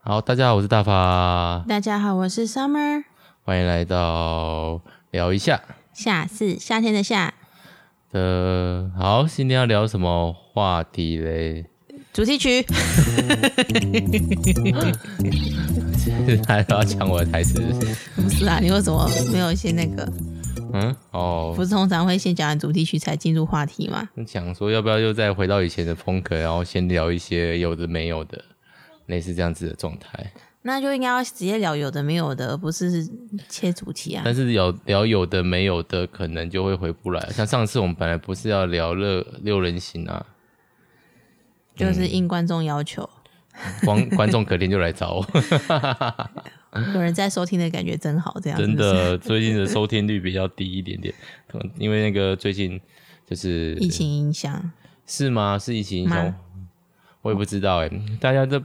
好，大家好，我是大发，大家好，我是 Summer。欢迎来到聊一下夏是夏天的夏，的。好，今天要聊什么话题嘞？ 主题曲。 大家都要抢我的台词是不是？不是啊，你为什么没有一些那个？嗯，哦不，是通常会先讲完主题曲才进入话题吗？想说要不要又再回到以前的风格，然后先聊一些有的没有的，类似这样子的状态。那就应该要直接聊有的没有的，而不是切主题啊。但是有聊有的没有的，可能就会回不来。像上次我们本来不是要聊乐六人行啊，就是应观众要求，光观众隔天就来找我，有人在收听的感觉啊真好，这样真是不是。的，最近的收听率比较低一点点，可能因为那个最近就是疫情影响，是吗？是疫情影响吗？我也不知道哎、大家都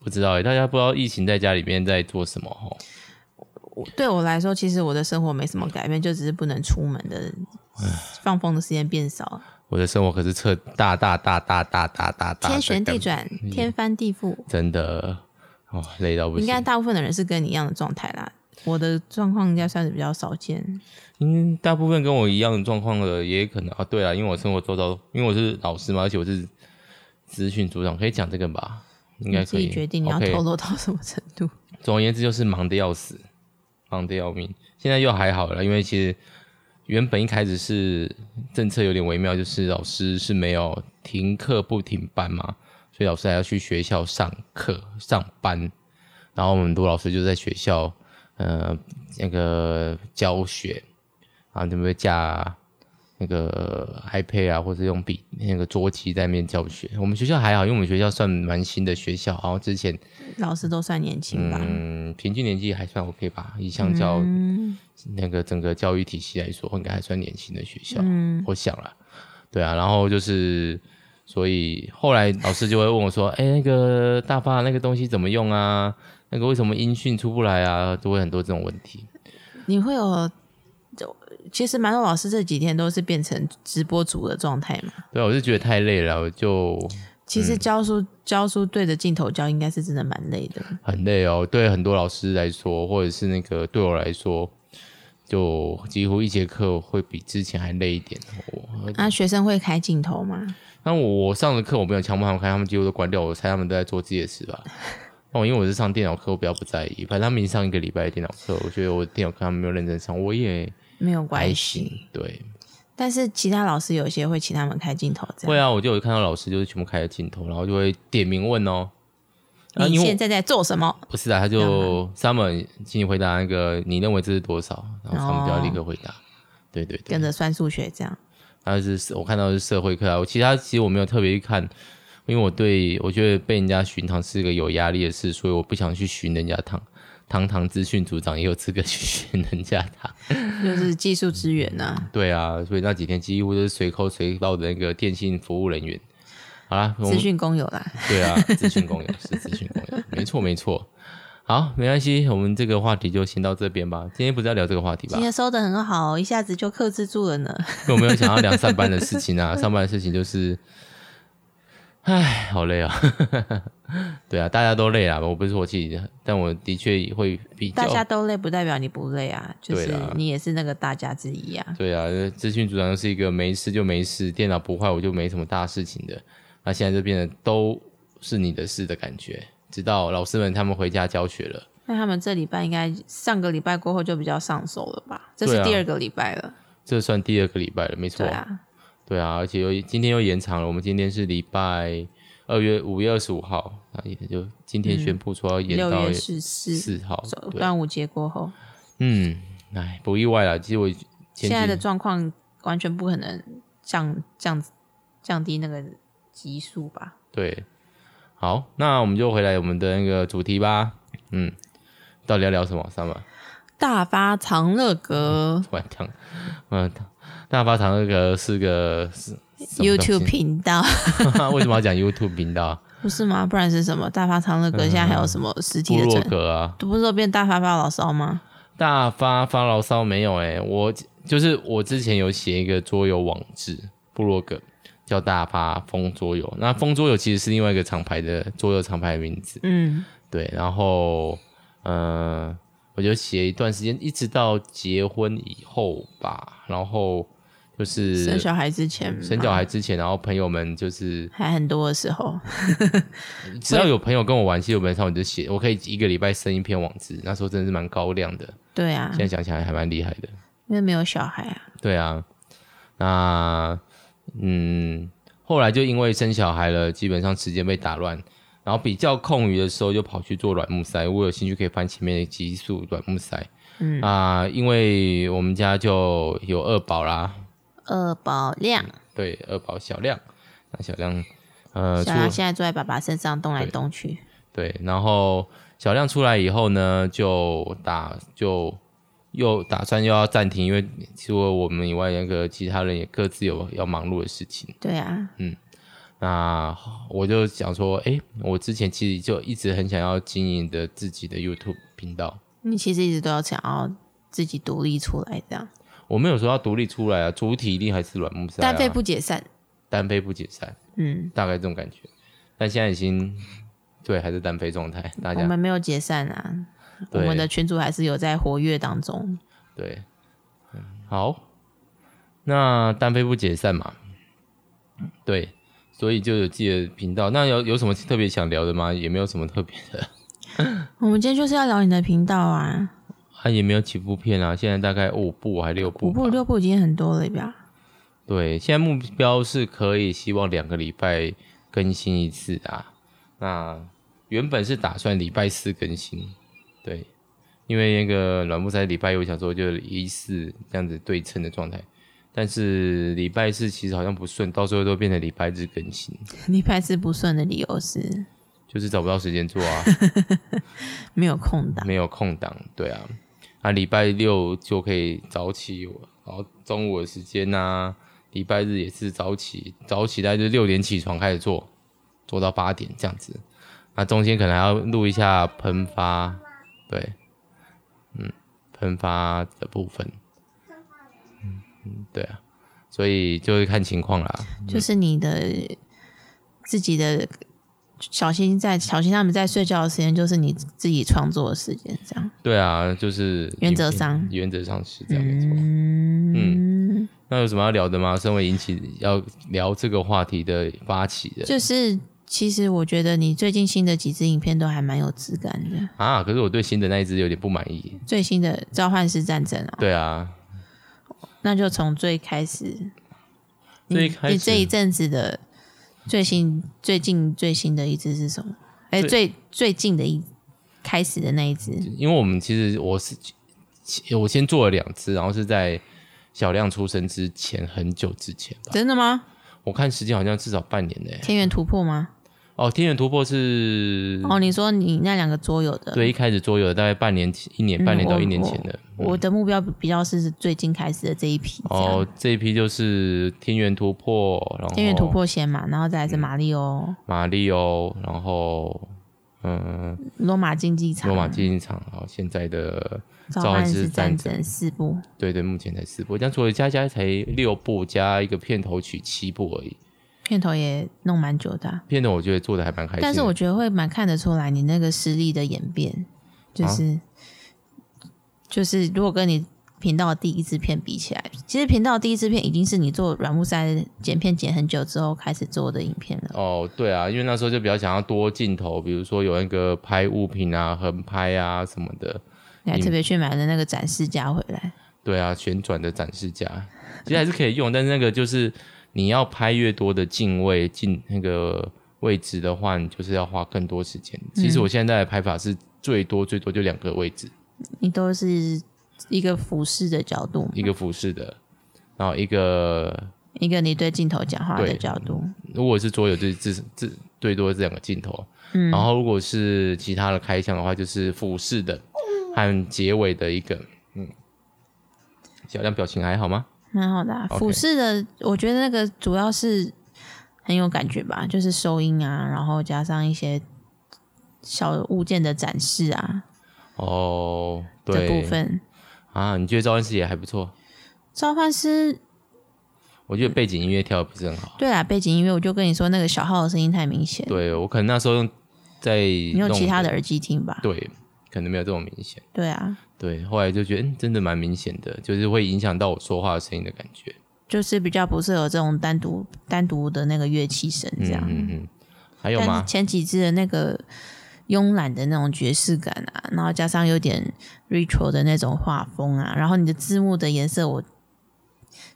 不知道哎、大家不知道疫情在家里面在做什么哦。对我来说，其实我的生活没什么改变，就只是不能出门的放风的时间变少了。我的生活可是彻大大大大大大大大天旋在地嗯转，天翻地覆。干，真的哦，累到不应行该。大部分的人是跟你一样的状态啦。我的状况应该算是比较少见。嗯，大部分跟我一样的状况的，也可能啊，对啊，因为我生活周遭，因为我是老师嘛，而且我是资讯组长，可以讲这个吧？应该你自可以。己决定你要 OK 透露到什么程度。总而言之，就是忙得要死，忙得要命。现在又还好了，因为其实原本一开始是政策有点微妙，就是老师是没有停课不停班嘛，所以老师还要去学校上课上班。然后我们很多老师就在学校，呃，那个教学啊，你们架那个 iPad 啊，或者用笔那个桌机在面教学。我们学校还好，因为我们学校算蛮新的学校，然后之前老师都算年轻吧？嗯，平均年纪还算 OK 吧，以相较嗯那个整个教育体系来说，应该还算年轻的学校，嗯，我想啦，对啊，然后就是，所以后来老师就会问我说：“哎、那个大发那个东西怎么用啊？那个为什么音讯出不来啊？”都会很多这种问题。你会有。就其实蛮多老师这几天都是变成直播组的状态嘛。对啊，我就觉得太累了，我就其嗯实教书、教书对着镜头教，应该是真的蛮累的。很累哦。对很多老师来说，或者是那个对我来说，就几乎一节课会比之前还累一点。我那、啊学生会开镜头吗？那我上的课我没有强迫他们开，他们几乎都关掉，我猜他们都在做自己的事吧。哦，因为我是上电脑课，我比较不在意。反正他们已经上一个礼拜的电脑课，我觉得我电脑课他们没有认真上，我也没有还关系。行。对，但是其他老师有些会请他们开镜头，这会样。啊，我就有看到老师就是全部开了镜头，然后就会点名问哦。啊，你因为我现在在做什么？不是啊，他就 Summer，请你回答那个你认为这是多少，然哦后 Summer 就要立刻回答。对对对跟，着算数学这样。他是我看到的是社会课啊，我其他其实我没有特别去看，因为我对我觉得被人家巡堂是个有压力的事，所以我不想去巡人家堂。堂堂资讯组长也有资格去 巡人家堂，就是技术支援呐、对啊，所以那几天几乎都是随扣随到的那个电信服务人员。好啦，我资们讯工友啦。对啊，资讯工友是资讯工友，没错没错。好，没关系，我们这个话题就先到这边吧。今天不是要聊这个话题吧？今天收的很好，一下子就克制住了 呢。因为我没有想要聊上班的事 情啊，上班的事情就是，唉，好累啊。 对啊，大家都累啊，我不是说我自己，但我的确会比较大。家都累，不代表你不累啊，就是对啦你也是那个大家之一啊。对啊，资讯组长是一个没事就没事，电脑不坏我就没什么大事情的。那现在就变得都是你的事的感觉，直到老师们他们回家教学了。那他们这礼拜应该上个礼拜过后就比较上手了吧？这对是啊第二个礼拜了，这算第二个礼拜了，没错。对啊，对啊，而且又今天又延长了。我们今天是礼拜二月五月二十五号，那也就今天宣布说要延嗯六到月十四，四号。对，端午节过后，嗯，哎，不意外啦。其实我前现在的几状况完全不可能降降降低那个级数吧？对，好，那我们就回来我们的那个主题吧。嗯，到底要聊什么？三 吧，大发长乐阁突然讲，嗯，大发堂那个是个是嗯什么东西 YouTube 频道 为什么要讲 YouTube 频道啊？不是吗？不然是什么？大发长乐阁现在还有什么实体嗯部的落展？格啊，都不是说变大发发牢骚哦吗？大发发牢欸骚没有哎、我就是我之前有写一个桌游网志部落格，叫大发疯桌游。那疯桌游其实是另外一个厂牌的桌游厂牌的名字，嗯，对。然后，呃，我就写一段时间，一直到结婚以后吧，然后就是生小孩之前嘛，生小孩之前，然后朋友们就是还很多的时候，只要有朋友跟我玩，其实我本上我就写，我可以一个礼拜生一篇网志，那时候真的是蛮高亮的，对啊现，在想起来还蛮厉害的。因为没有小孩啊，对啊，那嗯，后来就因为生小孩了，基本上时间被打乱，然后比较空余的时候就跑去做软木塞。我有兴趣可以翻前面的集数软木塞。嗯啊、因为我们家就有二宝啦，二宝亮，对，二宝小亮，那小亮呃出小亮现在坐在爸爸身上动来动去，对，然后小亮出来以后呢，就打就又打算又要暂停，因为除了我们以外，那个其他人也各自有要忙碌的事情。对啊，那我就想说，哎、我之前其实就一直很想要经营的自己的 YouTube 频道，你其实一直都要想要自己独立出来这样，我没有说要独立出来啊，主体一定还是软木塞、啊，单飞不解散，单飞不解散，嗯，大概这种感觉。但现在已经对还是单飞状态，大我家们没有解散啊，我对们的群主还是有在活跃当中，对，嗯好，那单飞不解散嘛，对，所以就有自己的频道。那有有什么特别想聊的吗？也没有什么特别的。我们今天就是要聊你的频道啊，啊，也没有几部片啊，现在大概五部还六部五吧，部六部已经很多了吧？对，现在目标是可以希望两个礼拜更新一次啊。那原本是打算礼拜四更新，对，因为那个软木塞礼拜一我想说就一四这样子对称的状态，但是礼拜四其实好像不顺，到最后都变成礼拜日更新，你拍是不顺的理由是就是找不到时间做啊，没有空档，没有空档，对啊。那礼拜六就可以早起，然后中午的时间呐、礼拜日也是早起，早起大概就六点起床开始做，做到八点这样子。那中间可能还要录一下喷发，对，嗯，喷发的部分，嗯嗯，对啊，所以就是看情况啦。就是你的自己的小新在小新他们在睡觉的时间，就是你自己创作的时间，这样。对啊，就是原则上原则上是这样没错。嗯，那有什么要聊的吗？身为引起要聊这个话题的发起人就是其实我觉得你最近新的几支影片都还蛮有质感的。啊，可是我对新的那一只有点不满意。最新的《召唤师战争》啊，对啊，那就从最开始，最一开你这一始阵子的最新、最近最新的一支是什么？哎、最最最近的一开始的那一支，因为我们其实我是我先做了两只，然后是在小亮出生之前很久之前吧，真的吗？我看时间好像至少半年呢、天元突破吗？哦，天元突破是哦，你说你那两个桌游的，嗯对一开始桌游大概半年前一年嗯半年到我一年前的。我的目标比较是最近开始的这一批，这样哦，这一批就是天元突破，然后天元突破先嘛，然后再来是嗯马里奥、马里欧，然后嗯，罗马竞技场、罗马竞技场，然后现在的召召唤唤师师战战争争四部，对对，目前才四部，这样除了加加才六部，加一个片头曲七部而已。片头也弄蛮久的啊、片头我觉得做的还蛮开心的，但是我觉得会蛮看得出来你那个实力的演变，啊就是、就是如果跟你频道的第一支片比起来，其实频道第一支片已经是你做软木塞剪片剪很久之后开始做的影片了。哦，对啊，因为那时候就比较想要多镜头，比如说有那个拍物品啊、横拍啊什么的，你还特别去买了那个展示架回来，对啊，旋转的展示架其实还是可以用，但是那个就是你要拍越多的镜位镜那个位置的话，你就是要花更多时间。其嗯实我现在的拍法是最多最多就两个位置，你都是一个俯视的角度嘛，一个俯视的，然后一个一个你对镜头讲话的角度，如果是桌游，就是至至最多是两个镜头，嗯，然后如果是其他的开箱的话，就是俯视的和结尾的一个，嗯，小亮表情还好吗？蛮好的、啊。 OK 俯视的，我觉得那个主要是很有感觉吧，就是收音啊，然后加上一些小物件的展示啊哦，的对，部分。啊，你觉得召唤师也还不错，召唤师，我觉得背景音乐跳的不是很好。对啦，背景音乐我就跟你说，那个小号的声音太明显，对我可能那时候用在你用弄其他的耳机听吧。对，可能没有这种明显。对啊，对，后来就觉得嗯，真的蛮明显的，就是会影响到我说话的声音的感觉。就是比较不适合这种单独单独的那个乐器声这样。嗯嗯嗯，还有但吗是？前几支的那个慵懒的那种爵士感啊，然后加上有点 retro 的那种画风啊，然后你的字幕的颜色我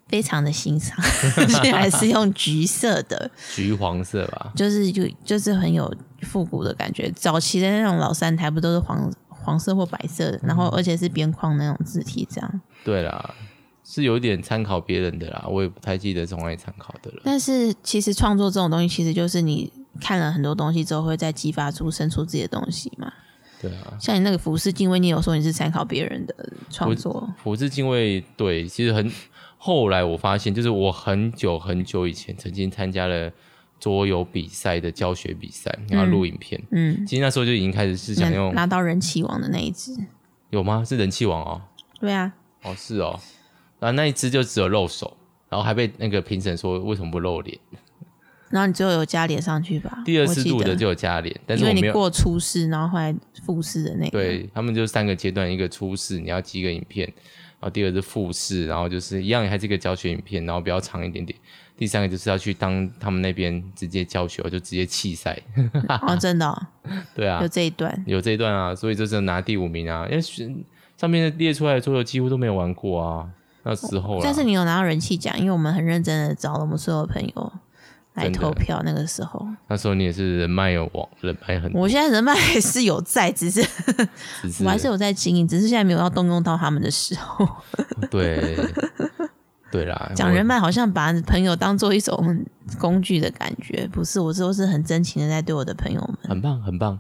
非常的 欣赏，所以还是用橘色的，橘黄色吧。就是就就是很有复古的感觉。早期的那种老三台不都是黄黄色或白色的，然后嗯而且是边框那种字体这样。对啦，是有一点参考别人的啦，我也不太记得从哪里参考的了。但是其实创作这种东西，其实就是你看了很多东西之后，会再激发出生出自己的东西嘛。对啊，像你那个服饰敬畏，你有说你是参考别人的创作，我是敬畏，对，其实很后来我发现，就是我很久很久以前曾经参加了桌游比赛的教学比赛，然后录影片。嗯，其实那时候就已经开始是想那用，拿到人气王的那一只，有吗？是人气王哦，对啊，哦是哦，然后那一只就只有露手，然后还被那个评审说为什么不露脸。然后你最后有加脸上去吧？第二我次记录得的就有加脸，但是因我没为你有。过初试，然后后来复试的那个，，哦对他们就三个阶段，一个初试，你要记一个影片，然后第二个是复试，然后就是一样还是一个教学影片，然后比较长一点点。第三个就是要去当他们那边直接教学，就直接弃赛。哦，真的哦、对啊有，这一段，有这一段啊，所以就是拿第五名啊，因为选上面列出来的桌游几乎都没有玩过啊，那时候啦但是你有拿到人气奖，因为我们很认真的找了我们所有朋友来真的投票，那个时候，那时候你也是人脉有网，人脉很，我现在人脉还是有在，只是只是我还是有在经营，只是现在没有要动用到他们的时候。对对啦，讲我人脉好像把朋友当做一种工具的感觉，不是？我都是很真情的在对我的朋友们。很棒，很 棒。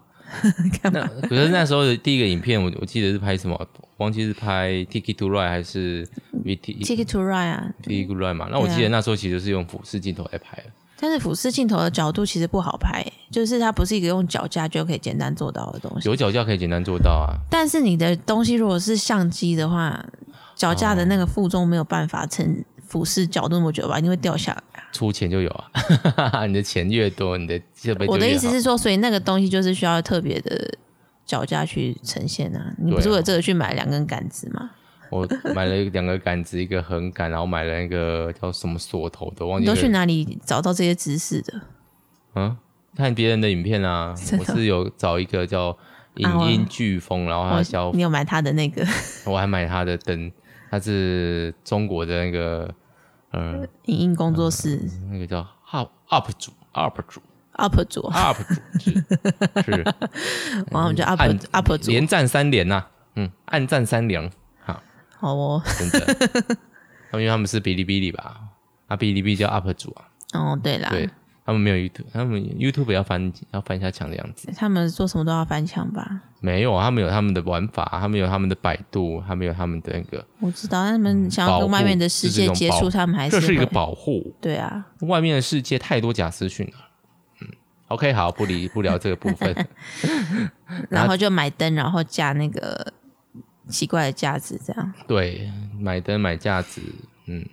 那可是那时候的第一个影片，我我记得是拍什么，忘记是拍《Tiki to Ride》还是 VT《 Take it to ride 啊， Tiki to Ride》嘛。那我记得那时候其实是用俯视镜头来拍的，但是俯视镜头的角度其实不好拍，就是它不是一个用脚架就可以简单做到的东西。有脚架可以简单做到啊。但是你的东西如果是相机的话，脚架的那哦个负重没有办法撑俯视角度那么久吧，一定会掉下来。出钱就有啊， 你的钱越多，你的设备就越好。我的意思是说，所以那个东西就是需要特别的脚架去呈现啊。你不是对啊为了这个去买两根杆子吗？我买了两个杆子，一个横杆，然后买了那个叫什么锁头的，忘你记都去了。哪里找到这些知识的？嗯，看别人的影片 啊，我是有找一个叫影啊我音飓风，然后他教你有买他的那个 我还买他的灯，他是中国的那个，呃，影音工作室那个叫 UP UP 主 UP 主 UP 主， UP 主是 是然后我们就 UP 按 UP 主，连战三连呐、嗯，暗战三连，好哦，真的， 他们因为他们是哔哩哔哩吧，啊，哔哩哔哩叫 UP 主啊，哦对啦，对他们没有 YouTube，他们 YouTube 要翻要翻一下墙的样子，他们做什么都要翻墙吧，没有，啊，他们有他们的玩法，他们有他们的百度，他们有他们的那个，我知道，他们想要保跟护外面的世界这是接一种保触，他们还这是一个会保护，对啊，外面的世界太多假资讯了。嗯，OK，好，不理不聊这个部分。然后就买灯，然后架那个奇怪的架子，这样对，买灯买架子，嗯，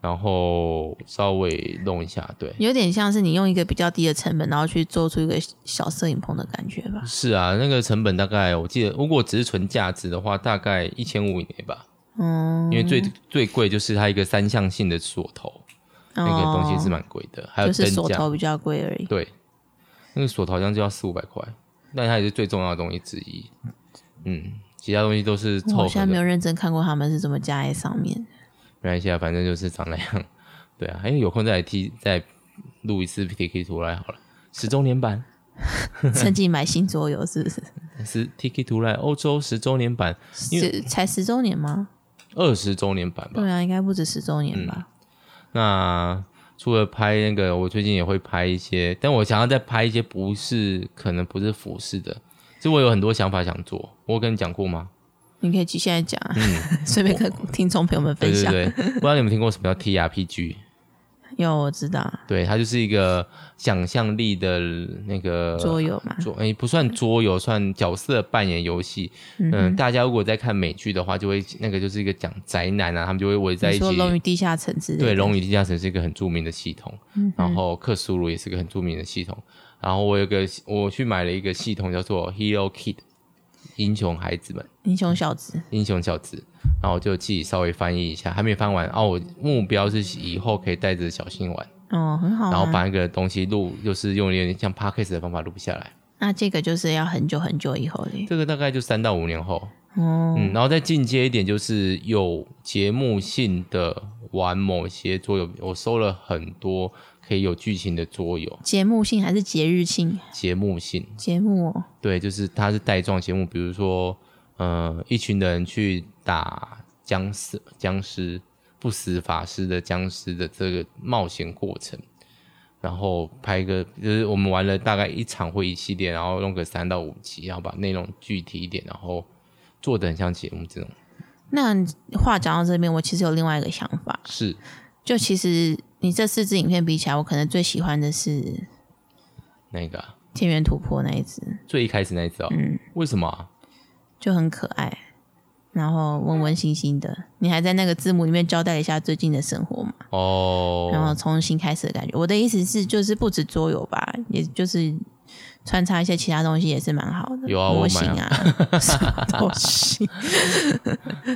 然后稍微弄一下，对，有点像是你用一个比较低的成本，然后去做出一个小摄影棚的感觉吧。是啊，那个成本大概我记得，如果只是纯架子的话，大概一千五以内吧，嗯因，为最、最贵就是它一个三项性的锁头，那个东西是蛮贵的，还哦有就是灯锁架，头比较贵而已。对，那个锁头好像就要四五百块，但它也是最重要的东西之一，嗯，其他东西都是凑合我现在的没有认真看过他们是怎么架在上 面。没关系啊，反正就是长那样。 对啊，还有有空再来踢，再录一次 TK 图来好了。十周年版趁机买新桌游是不是？是 TK 图来欧洲十周年版、因是才十周年吗？二十周年版吧。嗯对啊，应该不止十周年吧？那除了拍那个，我最近也会拍一些，但我想要再拍一些不是可能不是服饰的，其实我有很多想法想做。我有跟你讲过吗？你可以现在讲 啊，顺便跟听众朋友们对分嗯对享。对，不知道你们听过什么叫 TRPG？有我知道对，它就是一个想象力的那个桌游嘛，桌哎、不算桌游，算角色扮演游戏。嗯大家如果在看美剧的话，就会那个就是一个讲宅男啊，他们就会围在你一起说。龙与地下城之类的，嗯对，《龙与地下城》是一个很著名的系统，然后《克苏鲁》也是个很著名的系统。然后我有个我去买了一个系统叫做 Hero Kid，英雄孩子们。英雄小子，英雄小子，然后我就自己稍微翻译一下，还没翻完哦。我目标是以后可以带着小新玩，哦，很好、啊。然后把那个东西录，就是用有点像 podcast 的方法录下来。那这个就是要很久很久以后嘞。这个大概就三到五年后，哦，嗯，然后再进阶一点，就是有节目性的玩某些桌游。我收了很多可以有剧情的桌游，节目性还是节日性？节目性，节目、哦、对，就是它是带状节目，比如说，呃，一群人去打僵尸，僵尸不死法师的僵尸的这个冒险过程，然后拍个，就是我们玩了大概一场或一系列，然后弄个三到五集，然后把内容具体一点，然后做的很像节目这种，那话讲到这边，我其实有另外一个想法，是就其实你这四支影片比起来，我可能最喜欢的是《那个啊、天元突破》那一支，最一开始那一次哦，嗯为什么啊、就很可爱，然后温温馨馨的。你还在那个字幕里面交代了一下最近的生活嘛，然后哦，重新开始的感觉。我的意思是，就是不止桌游吧，也就是穿插一些其他东西也是蛮好的，有啊模我型买啊啊，什么东 西，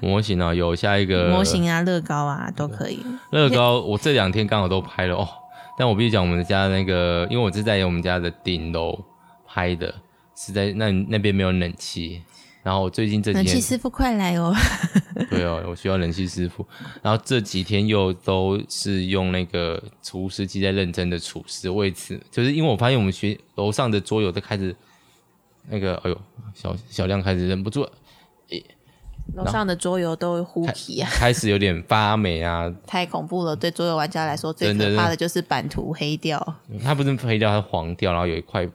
模型啊，有下一个模型啊，乐高啊都可以。乐高，我这两天刚好都拍了哦。但我必须讲，我们家那个，因为我是在我们家的顶楼拍的，是在那那边没有冷气。然后我最近这几冷气天，师傅快来哦，对哦，我需要冷气师傅。然后这几天又都是用那个厨师机在认真的厨师，为此就是因为我发现我们学楼上的桌友都开始那个，哎呦，小小亮开始忍不住了 楼上的桌游都呼皮啊。 开始有点发霉啊，太恐怖了！对桌游玩家来说，最真的可怕的就是版图黑掉、它不是黑掉，它黄掉，然后有一块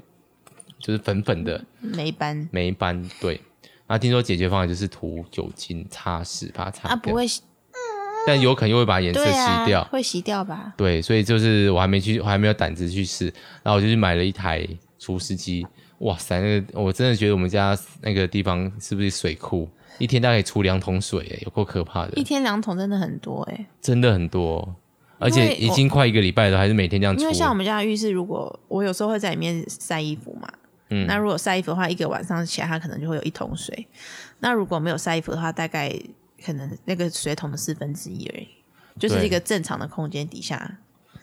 就是粉粉的。没斑霉斑对。那听说解决方法就是涂酒精擦拭，把它擦啊，掉，不会洗但有可能又会把颜色对洗啊，掉。会洗掉吧？对，所以就是我还没去，我还没有胆子去试，然后我就去买了一台除湿机。哇塞，那个我真的觉得我们家那个地方是不是水库？一天大概出两桶水、欸，有够可怕一的，天两桶真的很多哎、真的很多，而因且为已我经快一个礼拜了，还是每天这样出因。为像我们家的浴室，如果我有时候会在里面晒衣服嘛，嗯那如果晒衣服的话，一个晚上起来它可能就会有一桶水。那如果没有晒衣服的话，大概可能那个水桶的四分之一而已，就是对一个正常的空间底下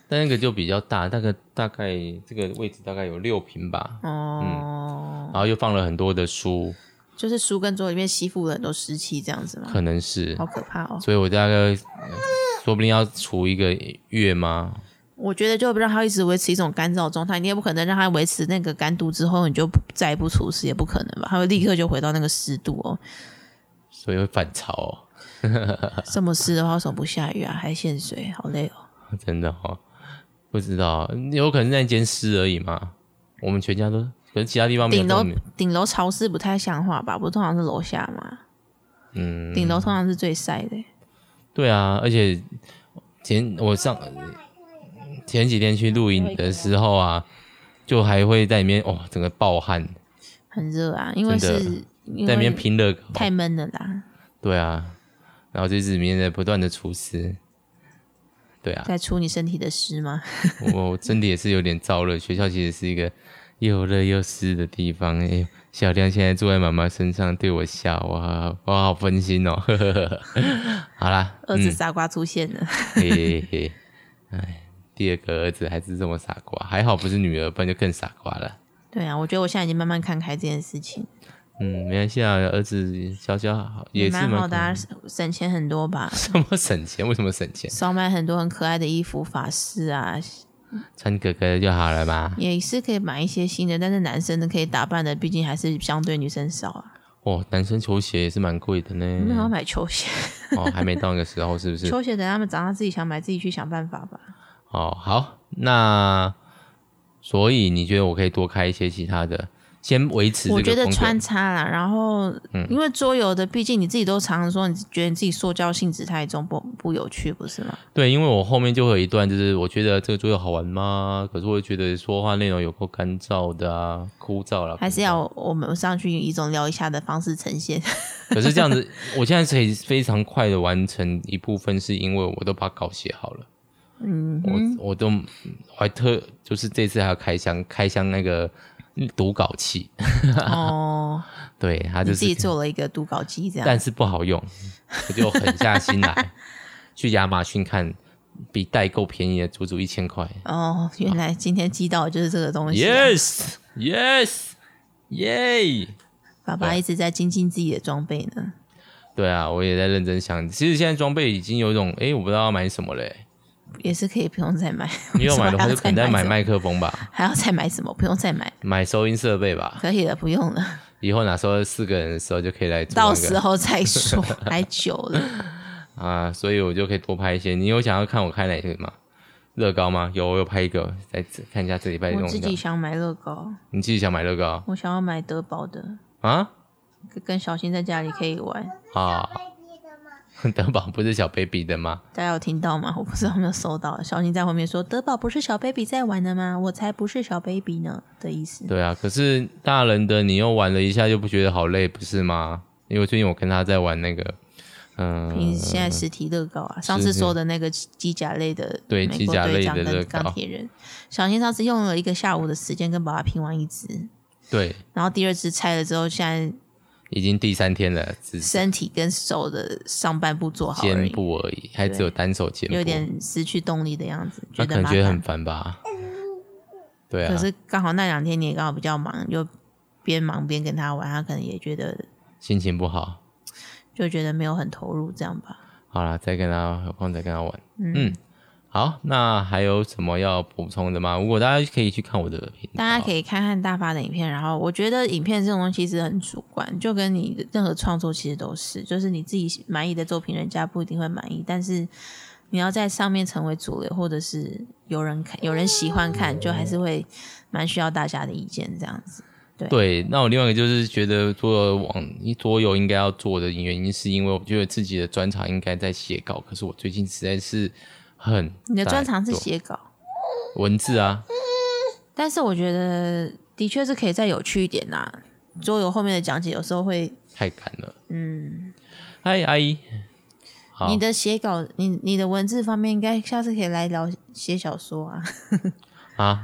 但那个就比较大，大概大概这个位置大概有六平吧，哦，然后又放了很多的书，就是书跟桌里面吸附了很多湿气这样子嘛，可能是好可怕哦。所以我大概呃说不定要除一个月吗？我觉得就让它一直维持一种干燥状态，你也不可能让它维持那个干度之后你就不再也不除湿，也不可能吧？它会立刻就回到那个湿度 哦。所以会反潮、 哦，这么湿的话，为什么不下雨啊？还限水，好累哦。真的哦，不知道，有可能那间湿而已嘛。我们全家都，可是其他地方没有顶这楼么。顶楼潮湿不太像话吧？不通常是楼下吗？嗯，顶楼通常是最晒的、对啊，而且前我上前几天去露营的时候啊，就还会在里面哇、整个暴汗，很热啊，因为真的是因在里面为拼乐高，太闷了啦，对啊，然后就是里面在不断的除湿，对啊，在出你身体的湿吗？我我真的也是有点燥热。学校其实是一个又热又湿的地方。哎呦，小亮现在坐在妈妈身上对我笑，哇，我好分心哦。 呵呵呵好啦，儿子傻瓜出现了， 嘿嘿嘿，哎，第二个儿子还是这么傻瓜，还好不是女儿，不然就更傻瓜了。对啊，我觉得我现在已经慢慢看开这件事情，嗯，没关系啊，儿子小小好也是蛮好的、可爱啊，省钱很多吧。怎么省钱？为 什么省钱？少买很多很可爱的衣服、发饰啊，穿哥哥就好了嘛。也是可以买一些新的，但是男生的可以打扮的，毕竟还是相对女生少啊。哦，男生球鞋也是蛮贵的没有呢。要买球鞋， 哦，还没到那个时候，是嗯不是？球鞋等他们长大自己想买，自己去想办法吧。哦，好，那所以你觉得我可以多开一些其他的？先维持这我个觉得风格嗯穿插啦，然后、因为桌游的，毕竟你自己都常常说，你觉得你自己塑胶性质太重，不不有趣，不是吗？对，因为我后面就会有一段，就是我觉得这个桌游好玩吗？可是我又觉得说话内容有够干燥的啊，枯燥了。还是枯燥要我们上去以一种聊一下的方式呈 现。可是这样子，我现在可以非常快的完成一部分，是因为我都把稿写好了。嗯，我我都我还特就是这次还要开箱开箱那个读稿器，哦，对，它你就自是己，做了一个读稿机，这样但是不好用，我就狠下心 来去亚马逊看，比代购便宜了足足一千块。哦，原来今天击到的就是这个东西啊、 Yes, yes, 耶！爸爸哎一直在精进自己的装备呢。对啊，我也在认真想，其实现在装备已经有一种，哎，我不知道要买什么嘞、也是可以不用再买。你有买的 话，为就什么还要可能再买什么，麦克风吧。还要再买什么？不用再买，买收音设备吧，可以了，不 用了，以后哪时候四个人的时候就可以来做那到个时候 再说，还久了。啊，所以我就可以多拍一些。你有想要看我开哪些吗？乐高吗？有，我有拍一个，再看一下这礼拜的我动自向己。想买乐高，你自己想买乐高我想要买德宝的，啊？跟小新在家里可以玩。啊，德宝不是小 baby 的吗？大家有听到吗？我不知道有没有收到。小新在后面说：“德宝不是小 baby 在玩的吗？我才不是小 baby 呢”的意思。对啊，可是大人的你又玩了一下，就不觉得好累，不是吗？因为最近我跟他在玩那个，嗯、平时现在实体乐高啊，上次说的那个机甲类的，对美机国甲类队长的乐跟高钢铁人，小新上次用了一个下午的时间跟爸爸拼完一只，对，然后第二只拆了之后，现已经第三天了，只在是身体跟手的上半部做好而肩已，部而已，还只有单手肩部，有点失去动力的样子，他觉可得能麻觉得很烦。烦吧？对啊，可是刚好那两天你也刚好比较忙，就边忙边跟他玩，他可能也觉得心情不好。就觉得没有很投入，这样吧。好啦，再跟他有空再跟他玩。嗯好，那还有什么要补充的吗？如果大家可以去看我的频道，大家可以看看大发的影片，然后我觉得影片这种东西是很主观，就跟你的任何创作其实都是，就是你自己满意的作品，人家不一定会满意，但是你要在上面成为主流，或者是有人看、有人喜欢看，就还是会蛮需要大家的意见这样子。对，那我另外一个就是觉得做网桌游应该要做的原因，是因为我觉得自己的专长应该在写稿，可是我最近实在是很你的在专长是做写稿，文字啊，但是我觉得的确是可以再有趣一点啦、桌游后面的讲解有时候会，太赶了。嗯，嗨，阿姨，好你的写稿，你你的文字方面，应该下次可以来聊写小说啊。 啊，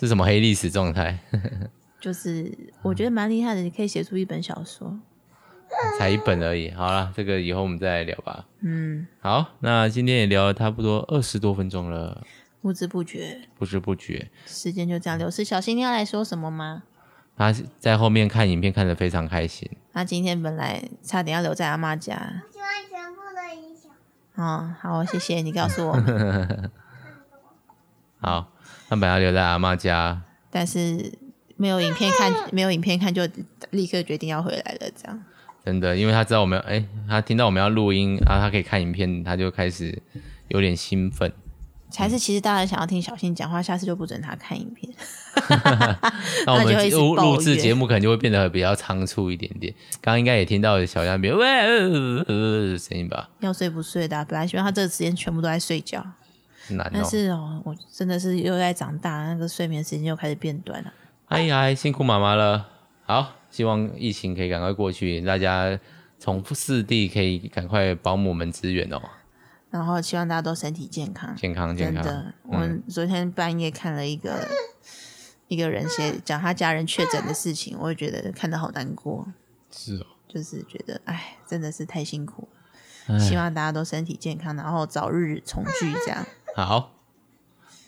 是什么黑历史状态？就是我觉得蛮厉害的，你可以写出一本小说。才一本而已。好啦，这个以后我们再来聊吧。嗯，好，那今天也聊了差不多二十多分钟了，不知不觉，不知不觉。时间就这样流逝。小新，你要来说什么吗？他在后面看影片看得非常开心，他啊今天本来差点要留在阿妈家。喜欢全部的影响。哦，好，谢谢你告诉我们。好，他本来留在阿妈家，但是没有影片看，没有影片看就立刻决定要回来了。这样，真的，因为他知道我们，哎、他听到我们要录音啊，他可以看影片，他就开始有点兴奋。还是其实大家想要听小新讲话，下次就不准他看影片。那我那就会们一直录抱录制怨节目可能就会变得比较仓促一点点。刚刚应该也听到小杨边喂呃呃呃的声音吧，要睡不睡的啊、本来希望他这个时间全部都在睡觉，很难但哦。是哦，我真的是又在长大，那个睡眠时间又开始变短了。阿姨哎，辛苦妈妈了。好，希望疫情可以赶快过去，大家从四地可以赶快保姆们支援哦，然后希望大家都身体健康。健康健真康。嗯的，我们昨天半夜看了一个、一个人写讲他家人确诊的事情，我也觉得看得好难过，是哦，就是觉得哎，真的是太辛苦了。希望大家都身体健康，然后早日重聚。这样，好，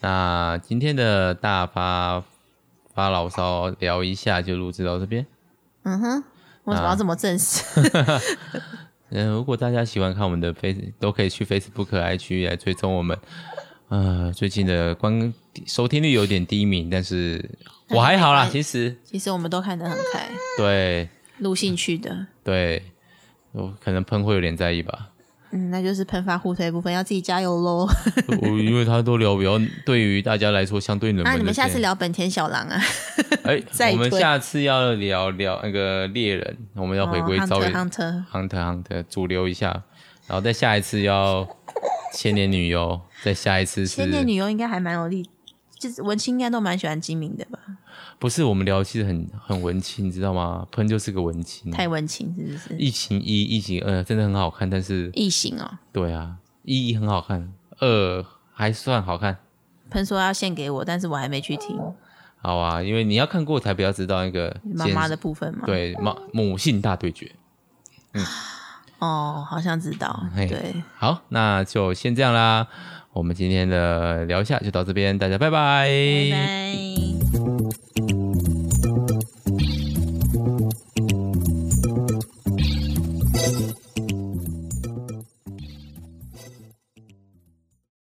那今天的大发发牢骚聊一下就录制到这边。嗯哼，为啊什么要这么正式？ 嗯，如果大家喜欢看我们的 Face，都可以去 Facebook、IG 来追踪我们。呃，最近的观收听率有点低迷，但是我还好啦，其实其实我们都看得很开，对录兴趣的，对，我可能喷会有点在意吧。嗯，那就是喷发互推部分要自己加油喽。我因为他都聊比较对于大家来说相对冷门的那电影。啊你们下次聊本田小狼啊，哎，再我们推下次要聊聊那个猎人，我们要回归稍微 Hunter Hunter， hunter hunter 主流一下，然后再下一次要千年女优， 再下一次是千年女优应该还蛮有力，就是文青应该都蛮喜欢金明的嗯吧？不是我们聊其实很很文青，你知道吗？喷就是个文青。太文青是不是？疫情一、疫情二真的很好看，但是异形哦，对啊，一很好看，二还算好看。喷说要献给我，但是我还没去听好啊，因为你要看过才比较知道那个妈妈先的部分嘛。，对妈母性大对决。哦，好像知道，嗯嘿对，好，那就先这样啦。我们今天的聊一下就到这边，大家拜拜。拜拜。